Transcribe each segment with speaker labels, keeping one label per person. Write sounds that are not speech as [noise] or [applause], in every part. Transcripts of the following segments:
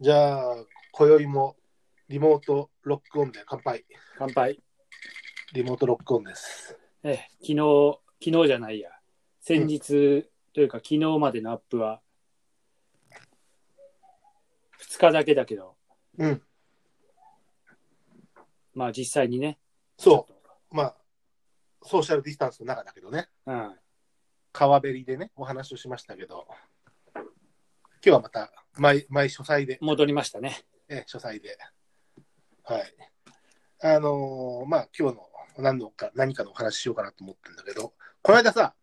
Speaker 1: じゃあ、今宵もリモートロックオンで乾杯。
Speaker 2: 乾杯。
Speaker 1: リモートロックオンです。
Speaker 2: ええ、昨日、昨日じゃないや。先日、というか昨日までのアップは、2日だけだけど、
Speaker 1: うん。
Speaker 2: まあ実際にね、
Speaker 1: そう。まあ、ソーシャルディスタンスの中だけどね、
Speaker 2: うん、
Speaker 1: 川べりでね、お話をしましたけど、今日はまた、毎、毎書斎で、
Speaker 2: 戻りましたね。
Speaker 1: え、書斎で。はい。あのーまあ、今日の何のか、何かのお話ししようかなと思ってんだけど、この間さ、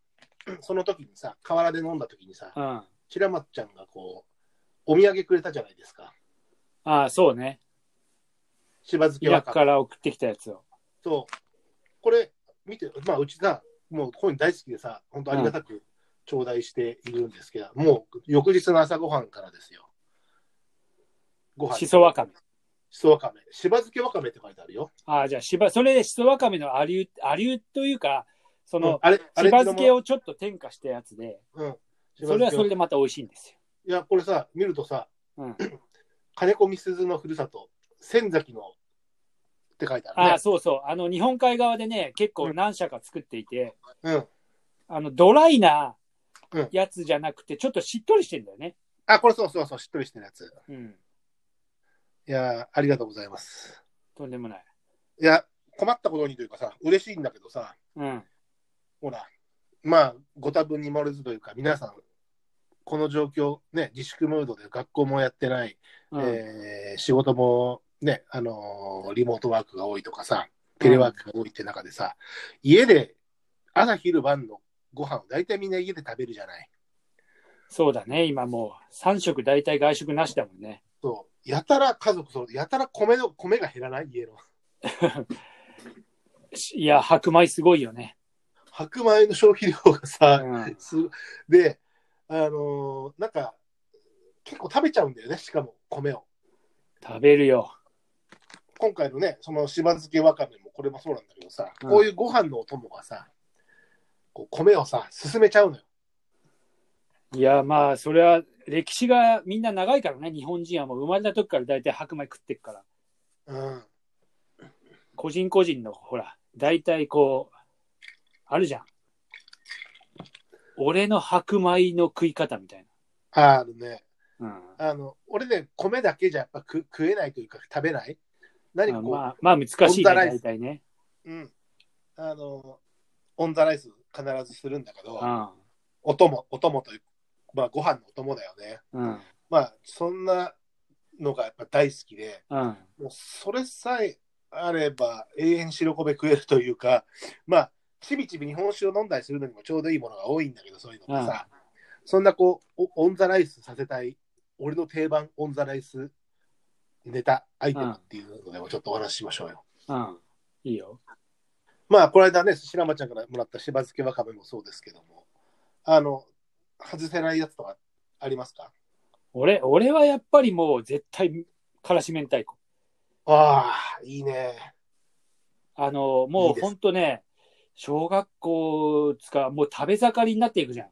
Speaker 1: その時にさ、河原で飲んだ時にさ、
Speaker 2: うん。あ
Speaker 1: 白松ちゃんがこう、お土産くれたじゃないですか。
Speaker 2: あ、そうね。
Speaker 1: しば漬
Speaker 2: イ
Speaker 1: け
Speaker 2: ラ
Speaker 1: わ
Speaker 2: ク
Speaker 1: か
Speaker 2: か
Speaker 1: め
Speaker 2: ら送ってきたやつを。
Speaker 1: そう。これ、見て、まあ、うちさ、もうこういうの大好きでさ、本当ありがたく頂戴しているんですけど、もう翌日の朝ごはんからですよ。ご飯
Speaker 2: しそわかめ。
Speaker 1: しそわかめ。しば漬けわかめって書いてあるよ。
Speaker 2: ああ、じゃあしば、それでしそわかめのありゅう、ありゅうというか、そ
Speaker 1: うん
Speaker 2: の、
Speaker 1: あれ、あ
Speaker 2: し
Speaker 1: れ
Speaker 2: ば漬け
Speaker 1: を。
Speaker 2: をちょっと添加したやつで、
Speaker 1: うん。
Speaker 2: それはそれ
Speaker 1: で。
Speaker 2: でまた美味しいんですよ。
Speaker 1: いや、これさ、見るとさ、
Speaker 2: うん
Speaker 1: [clears throat] 金子みすずのふるさと、仙崎のって書いてあ
Speaker 2: あ
Speaker 1: る
Speaker 2: あ、そうそう。あの、日本海側でね、結構何社か作っていて、
Speaker 1: ね。うん。
Speaker 2: あの、ドライな
Speaker 1: うん
Speaker 2: やつじゃなくて、ちょっとしっとりしてんだよね。
Speaker 1: あ、これそうそうそう、しっとりしてるやつ。
Speaker 2: うん。
Speaker 1: いや、ありがとうございます。
Speaker 2: とんでもない。
Speaker 1: いや、困ったことにというかさ、嬉しいんだけどさ、
Speaker 2: うん。
Speaker 1: ほら、まあ、ご多分に漏れずというか、皆さん、この状況、ね、自粛ムードで学校もやってない、
Speaker 2: うん
Speaker 1: えー仕事も、ね、あのーリモートワークが多いとかさ、テレワークが多いって中でさ、家で朝昼晩のご飯を大体みんな家で食べるじゃない。
Speaker 2: そうだね。今もう、3食大体外食なしだもんね。
Speaker 1: そうやたら家族そう、やたら米の米が減らない家の。 [laughs]
Speaker 2: しいや、白米すごいよね。
Speaker 1: 白米の消費量がさ、
Speaker 2: うん。
Speaker 1: すで、あのーなんか、結構食べちゃうんだよね、しかも米を。
Speaker 2: 食べるよ。
Speaker 1: 今回のね、そのしば漬けわかめもこれもそうなんだけどさ、
Speaker 2: うん
Speaker 1: こういうご飯のお供がさ、こう米をさ、進めちゃうのよ。
Speaker 2: いや、まあ、それは、歴史がみんな長いからね。日本人はもう生まれた時から大体白米食ってっから。
Speaker 1: うん。
Speaker 2: 個人個人の、ほら、大体こう、あるじゃん。俺の白米の食い方みたい
Speaker 1: あるね。
Speaker 2: な。うん。
Speaker 1: あの、俺ね、米だけじゃやっぱ食食えないというか、食べない何か
Speaker 2: あ
Speaker 1: こう、
Speaker 2: まあ、まあ難しいね、
Speaker 1: オンザライ
Speaker 2: 大
Speaker 1: ス
Speaker 2: 体ね。
Speaker 1: うん。あの、オンザライス必ずするんだけど、
Speaker 2: うん。
Speaker 1: お供、お供という、まあご飯のお供だよね。
Speaker 2: うん。
Speaker 1: まあ、そんなのがやっぱ大好きで、
Speaker 2: うん。
Speaker 1: もうそれさえあれば永遠白米食えるというか、まあ、ちびちび日本酒を飲んだりするのにもちょうどいいものが多いんだけど、そういうのがさ、そんなこうお、オンザライスさせたい、俺の定番オンザライスネタ、アイテムっていうのでもちょっとお話ししましょうよ。
Speaker 2: うん。いいよ。
Speaker 1: まあ、この間ね、白間ちゃんからもらったしば漬けわかめもそうですけども、あの、外せないやつとかありますか
Speaker 2: 俺、俺はやっぱりもう絶対、からし明太子。
Speaker 1: ああ、いいね。
Speaker 2: あの、
Speaker 1: い
Speaker 2: も
Speaker 1: いうです
Speaker 2: ほんとね、小学校つか、もう食べ盛りになっていくじゃん。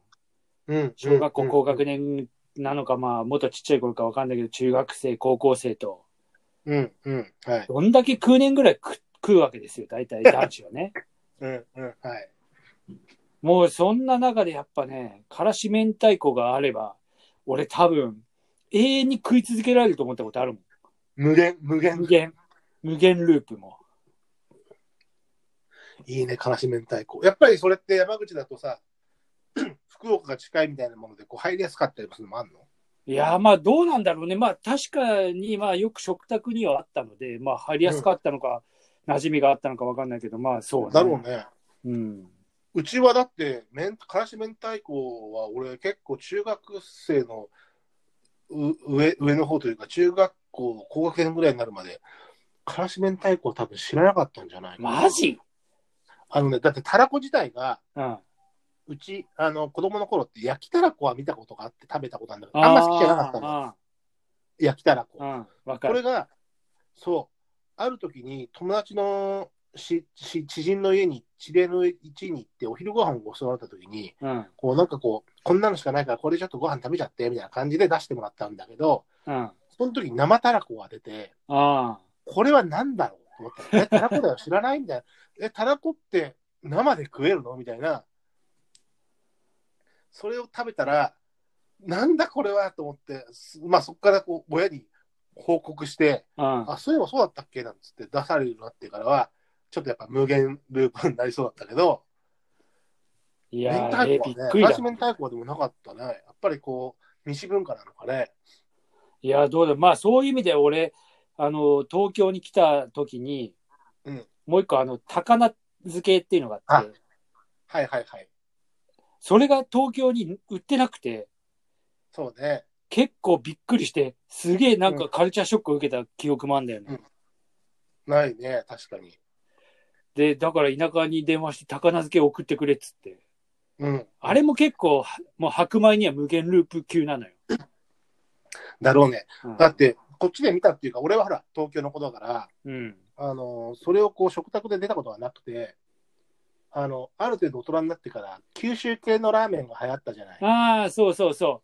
Speaker 1: うん。
Speaker 2: 小学校、
Speaker 1: うん
Speaker 2: 高学。年なのか、まあ、もっとちっちゃい頃かわかんないけど、中学生、高校生と、
Speaker 1: うん、うん、はい。
Speaker 2: どんだけ9年ぐらい食食うわけですよ、
Speaker 1: [laughs]
Speaker 2: 大体男子はね。
Speaker 1: うん、うん、はい。
Speaker 2: もうそんな中でやっぱね、からし明太子があれば、俺多分、永遠に食い続けられると思ったことあるも
Speaker 1: 無限、無
Speaker 2: ん。
Speaker 1: 限
Speaker 2: 無限。無限ループも。
Speaker 1: いいね、からし明太子。やっぱりそれって山口だとさ、 [clears throat] 福岡が近いみたいなものでこう入りやすかったりするのもあるの
Speaker 2: いやー、まあどうなんだろうね。まあ確かに、まあよく食卓にはあったので、まあ入りやすかったのか、馴染みがあったのかわかんないけど、まあそう、ね。
Speaker 1: だろうね。
Speaker 2: うん。
Speaker 1: うちはだって、明からし明太子は俺結構中学生のう上上の方というか、中学校、高学年ぐらいになるまで、からし明太子を多分知らなかったんじゃないかな
Speaker 2: マジ
Speaker 1: あのね、だってたらこ自体が、
Speaker 2: うん。
Speaker 1: うち、あの、子供の頃って焼きたらこは見たことがあって食べたことあるんだけど、あんま好きじゃなかったんだよ。焼きたらこ。
Speaker 2: うん。うん。わか
Speaker 1: これ
Speaker 2: る。
Speaker 1: が、そう、ある時に友達のしし知人の家に、知例の家に行って、お昼ご飯をご馳走になった時に、
Speaker 2: うん。
Speaker 1: こうなんかこう、こんなのしかないから、これちょっとご飯食べちゃって、みたいな感じで出してもらったんだけど、
Speaker 2: うん。
Speaker 1: その時に生たらこが出て、
Speaker 2: あ
Speaker 1: これは何だろうと思ったのえ、たらこだよ、知らないみたいな。え、たらこって生で食えるのみたいな。それを食べたら、なんだこれはと思って、すまあそこからこう、親に報告して、
Speaker 2: あ、
Speaker 1: あ、そういえばそうだったっけなんつって出されるようになってからは、ちょっとやっぱ無限ループになりそうだったけど、
Speaker 2: うん。い
Speaker 1: 明
Speaker 2: や
Speaker 1: 太
Speaker 2: ー、えー
Speaker 1: 子
Speaker 2: びっ
Speaker 1: はね、
Speaker 2: くり
Speaker 1: ラ
Speaker 2: だ
Speaker 1: ー。メン太鼓はでもなかったね。やっぱりこう、西文化なのかね。
Speaker 2: いや、どうだ、まあ、そういう意味で俺、あの、東京に来た時に、
Speaker 1: うん
Speaker 2: もう一個、あの、高菜漬けっていうのがあって、
Speaker 1: はいはいはい。
Speaker 2: それが東京に売ってなくて、
Speaker 1: そうね。
Speaker 2: 結構びっくりして、すげえなん
Speaker 1: う
Speaker 2: かカルチャーショックを受けた記憶もあんだよね。
Speaker 1: うんないね、確かに。
Speaker 2: で、だから田舎に電話して高菜漬け送ってくれっつって。
Speaker 1: うん。
Speaker 2: あれも結構、もう白米には無限ループ級なのよ。
Speaker 1: だろうね。
Speaker 2: うん
Speaker 1: だって、こっちで見たっていうか、俺はほら、東京の子だから、
Speaker 2: うん。
Speaker 1: あの、それをこう、食卓で出たことはなくて、あの、ある程度大人になってから、九州系のラーメンが流行ったじゃない。
Speaker 2: ああ、そうそうそ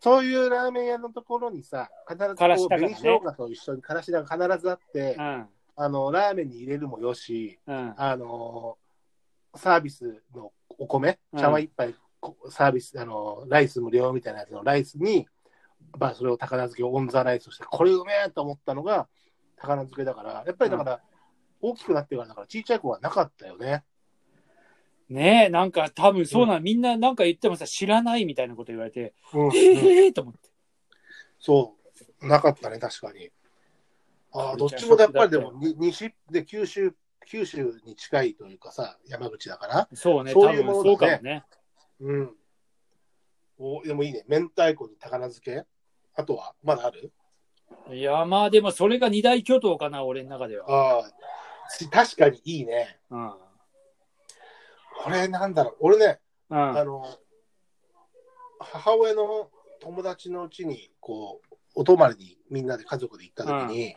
Speaker 1: そういうラーメン屋のところにさ、必ず
Speaker 2: から
Speaker 1: こ
Speaker 2: し
Speaker 1: う、
Speaker 2: だから
Speaker 1: 紅
Speaker 2: ね
Speaker 1: 生姜と一緒にからしだが必ずあって
Speaker 2: う。う、ん。
Speaker 1: あの、ラーメンに入れるもよし、
Speaker 2: うん。
Speaker 1: あのーサービスのお米、
Speaker 2: うん
Speaker 1: 茶碗一杯、こサービス、あのーライス無料みたいなやつのライスに、まあ、それを高菜漬けをオンザライスとして、これうめえと思ったのが高菜漬けだから、やっぱりだから、大きくなってからだから、ちっちゃい子はなかったよね。
Speaker 2: ねえ、なんか多分そうなの、みんななんか言ってもさ、知らないみたいなこと言われて、
Speaker 1: うん
Speaker 2: えー、えーと思って。
Speaker 1: そう、なかったね、確かに。ああ、どっちもやっぱりでも、に西で九州、九州に近いというかさ、山口だから。
Speaker 2: そうね、
Speaker 1: そういう
Speaker 2: 多分
Speaker 1: も
Speaker 2: そう
Speaker 1: の
Speaker 2: か
Speaker 1: だ
Speaker 2: も
Speaker 1: ね
Speaker 2: ね。
Speaker 1: うん。おでもいいね。明太子に高菜漬けあとはまだある
Speaker 2: いや、まあでもそれが二大巨頭かな、俺の中では。
Speaker 1: ああ、し確かにいいね。
Speaker 2: うん。
Speaker 1: これなんだろう。俺ね、
Speaker 2: う
Speaker 1: あ
Speaker 2: ん。
Speaker 1: の、母親の友達のうちに、こう、お泊まりにみんなで家族で行った時に、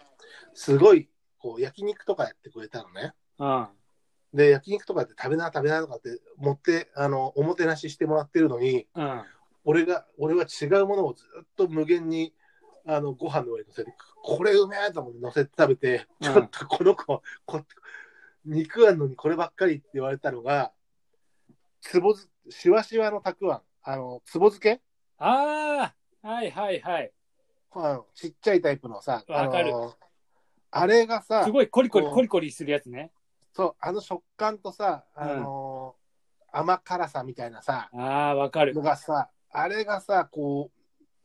Speaker 1: すごい、こう、焼肉とかやってくれたのね。
Speaker 2: うん。
Speaker 1: で、焼肉とかやって食べな、食べなとかって持って、あの、おもてなししてもらってるのに、
Speaker 2: うん。
Speaker 1: 俺が、俺は違うものをずっと無限に、あの、ご飯の上に乗せて、これうめえと思って乗せて食べて、
Speaker 2: うん
Speaker 1: ちょっとこの子、こ肉あんのにこればっかりって言われたのが、つぼず、しわしわのたくあん、あの、つぼ漬け
Speaker 2: ああ、はいはいはい。
Speaker 1: あのちっちゃいタイプのさ、あ
Speaker 2: わかる
Speaker 1: の、あれがさ
Speaker 2: す、ごいコリコリ
Speaker 1: こう
Speaker 2: コリコリするやつね。
Speaker 1: そう、あの食感とさ、あの、甘辛さみたいなさ、
Speaker 2: ああ、わかる
Speaker 1: の。がさ、あれがさ、こ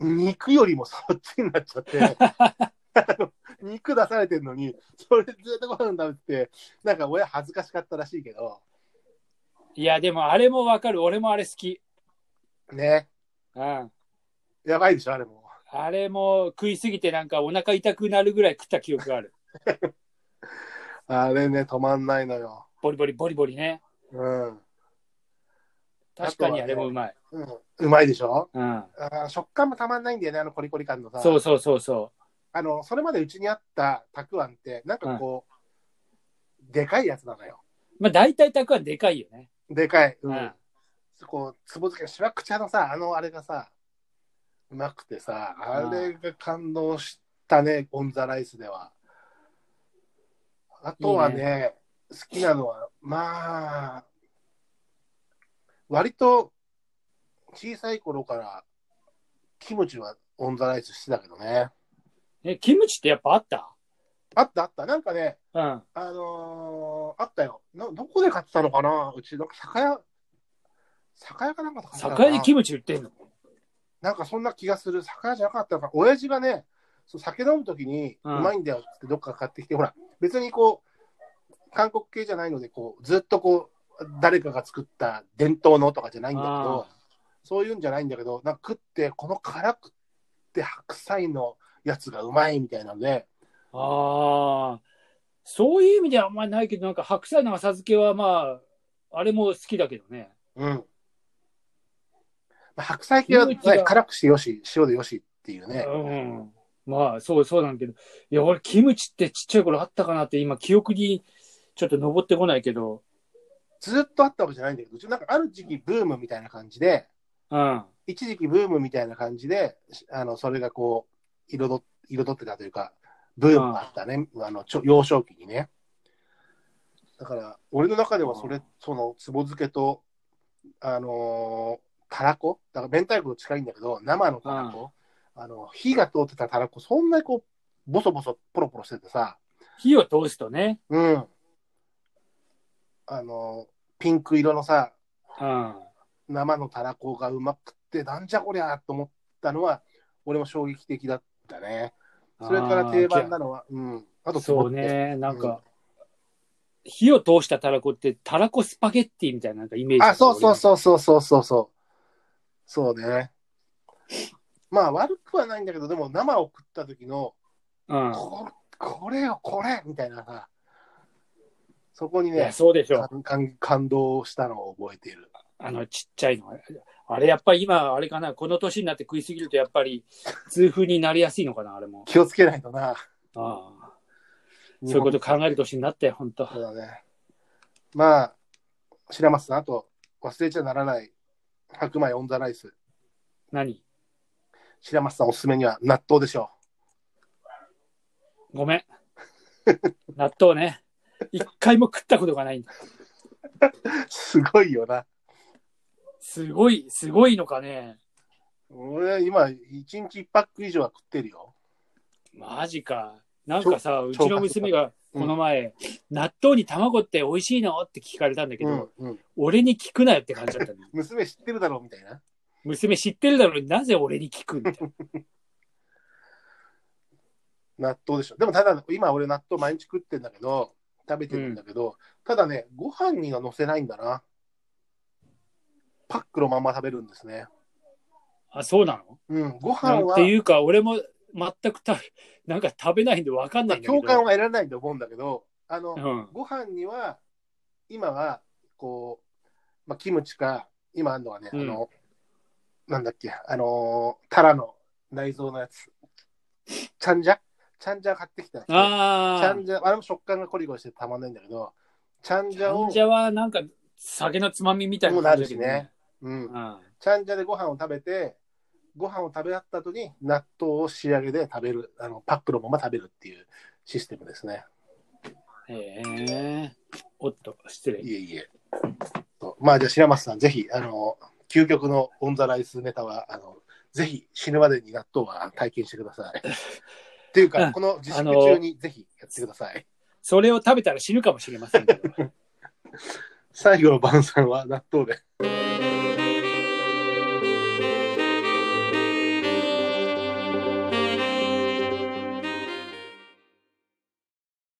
Speaker 1: う、肉よりもそっちになっちゃって、 [laughs] あの肉出されてるのに、それずっとご飯食べてて、なんか親恥ずかしかったらしいけど、
Speaker 2: いや、でもあれもわかる。俺もあれ好き。
Speaker 1: ね、
Speaker 2: うん。
Speaker 1: やばいでしょ、あれも。
Speaker 2: あれも食いすぎてなんかお腹痛くなるぐらい食った記憶がある。
Speaker 1: あれね、止まんないのよ。
Speaker 2: ボリボリボリボリね。
Speaker 1: うん。
Speaker 2: 確かにあれもうまい。
Speaker 1: うん、うまいでしょ
Speaker 2: うん。
Speaker 1: あー食感もたまんないんだよね、あのコリコリ感のさ。
Speaker 2: そうそうそうそ
Speaker 1: あの、それまでうちにあったたくあんって、なんかこう、でかいやつなのよ。
Speaker 2: う。まあ大体たくあんでかいよね。
Speaker 1: でかい。
Speaker 2: う
Speaker 1: うんん。こう、つぼ漬け、しわくちゃのさ、あのあれがさ、うまくてさ、あれが感動したね、オンザライスでは。あとはいね、
Speaker 2: い
Speaker 1: 好きなのは、まあ、割と小さい頃からキムチはオンザライスしてたけどね。
Speaker 2: え、キムチってやっぱあった
Speaker 1: あったあった。なんかね、
Speaker 2: うん。
Speaker 1: あのーあったよ。などこで買ってたのかなうち、なんか酒屋、酒屋かなんかで買ってたのか
Speaker 2: 酒
Speaker 1: な
Speaker 2: 屋でキムチ売ってんの
Speaker 1: なんかそんな気がする。酒屋じゃなかったのか。親父がね、そう酒飲むときに、う
Speaker 2: うん
Speaker 1: まいんだよってどっか買ってきて、ほら、別にこう、韓国系じゃないので、こう、ずっとこう、誰かが作った伝統のとかじゃないんだけど
Speaker 2: あ、
Speaker 1: そういうんじゃないんだけど、なんか食って、この辛くって白菜のやつがうまいみたいなので、
Speaker 2: ああ。そういう意味ではあんまりないけど、なんか白菜の浅漬けはまあ、あれも好きだけどね。
Speaker 1: うん。まあ白菜系は、ね
Speaker 2: キムチが、
Speaker 1: 辛くしてよし、塩でよしっていうね。
Speaker 2: うん。まあ、そうそうなんだけど。いや、俺、キムチってちっちゃい頃あったかなって、今、記憶にちょっと登ってこないけど。
Speaker 1: ずっとあったわけじゃないんだけど、うちなんかある時期ブームみたいな感じで、
Speaker 2: うん。
Speaker 1: 一時期ブームみたいな感じで、しあの、それがこう、彩っ彩ってたというか、ブームがあったね、あのちょ幼少期にね。だから、俺の中ではそれ、
Speaker 2: うん
Speaker 1: その、つぼ漬けと、あのーたらこ、だから明太子と近いんだけど、生のたらこ、あの火が通ってたたらこ、そんなにこう、ボソボソ、ポロポロしててさ、
Speaker 2: 火を通すとね。
Speaker 1: うん。あのーピンク色のさ、
Speaker 2: うん。
Speaker 1: 生のたらこがうまくって、なんじゃこりゃーと思ったのは、俺も衝撃的だったね。それから定番なのは、うん。あと、
Speaker 2: そう。ね。なんか、火を通したたらこって、たらこスパゲッティみたいななんかイメージ。
Speaker 1: あ、そうそうそうそうそうそうそう。そうね。まあ悪くはないんだけど、でも生を食った時の、
Speaker 2: う。うん。
Speaker 1: ここれよ、これみたいなさ、そこに
Speaker 2: いや、
Speaker 1: ね、
Speaker 2: そうでしょう。
Speaker 1: 感感感動したのを覚えている。
Speaker 2: あの、ちっちゃいの。あれ、やっぱり今、あれかな、この年になって食いすぎると、やっぱり、痛風になりやすいのかな、あれも。
Speaker 1: 気をつけないとな。
Speaker 2: ああ。そういうこと考える年になって、本当
Speaker 1: そうだね。まあ、白松さん、あと忘れちゃならない白米オンザライス。
Speaker 2: 何
Speaker 1: 白松さんおすすめには納豆でしょ
Speaker 2: ごめん。納豆ね。一回も食ったことがないんだ。
Speaker 1: う。 [laughs] すごいよな。
Speaker 2: すごい、すごいのかね。
Speaker 1: 俺、今、1日1パック以上は食ってるよ。
Speaker 2: マジか。なんかさ、う
Speaker 1: 超
Speaker 2: ちの娘がこの前、納豆に卵って美味しいのって聞かれたんだけど、
Speaker 1: うん、うん。
Speaker 2: 俺に聞くなよって感じだったの。
Speaker 1: 娘知ってるだろうみたいな。
Speaker 2: 娘知ってるだろうになぜ俺に聞くみたいな。
Speaker 1: 納豆でしょ。でもただ、今俺納豆毎日食ってんだけど、食べてるんだけど、ただね、ご飯には乗せないんだな。パックのまま食べるんですね。
Speaker 2: あ、そうなの
Speaker 1: うん、ご
Speaker 2: な
Speaker 1: 飯
Speaker 2: ん
Speaker 1: は
Speaker 2: て、いうか、俺も全くた、なんか食べないんで分かん
Speaker 1: ま
Speaker 2: な
Speaker 1: あ
Speaker 2: いんだけど。
Speaker 1: 共感は得られないと思うんだけど、あの、
Speaker 2: うん。
Speaker 1: ご飯には、今は、こう、まあ、キムチか、今あるのはね、
Speaker 2: うん
Speaker 1: あの、なんだっけ、あのー、タラの内臓のやつ。ちゃんじゃちゃんじゃ買ってきたやつねちゃ
Speaker 2: ああ
Speaker 1: ん、じゃ、あれも食感がコリコリしてたまんないんだけど、ちゃんじゃを、
Speaker 2: 患者はなんか酒のつまみみたいな感じだけど
Speaker 1: もうなるしね。う、
Speaker 2: うんん。
Speaker 1: ちゃんじゃでご飯を食べて、ご飯を食べ合った後に納豆を仕上げで食べる、あのパックのまま食べるっていうシステムですね。
Speaker 2: ええおっと、失礼。
Speaker 1: いえいえ。そうまあじゃあ、白松さん、ぜひ、あの、究極のオンザライスネタは、あの、ぜひ死ぬまでに納豆は体験してくださ
Speaker 2: [laughs]
Speaker 1: い。っていう
Speaker 2: う
Speaker 1: か、
Speaker 2: ん
Speaker 1: この自粛
Speaker 2: あの
Speaker 1: 中にぜひやってください。
Speaker 2: それを食べたら死ぬかもしれませんけど。
Speaker 1: 最後の晩餐は納豆で。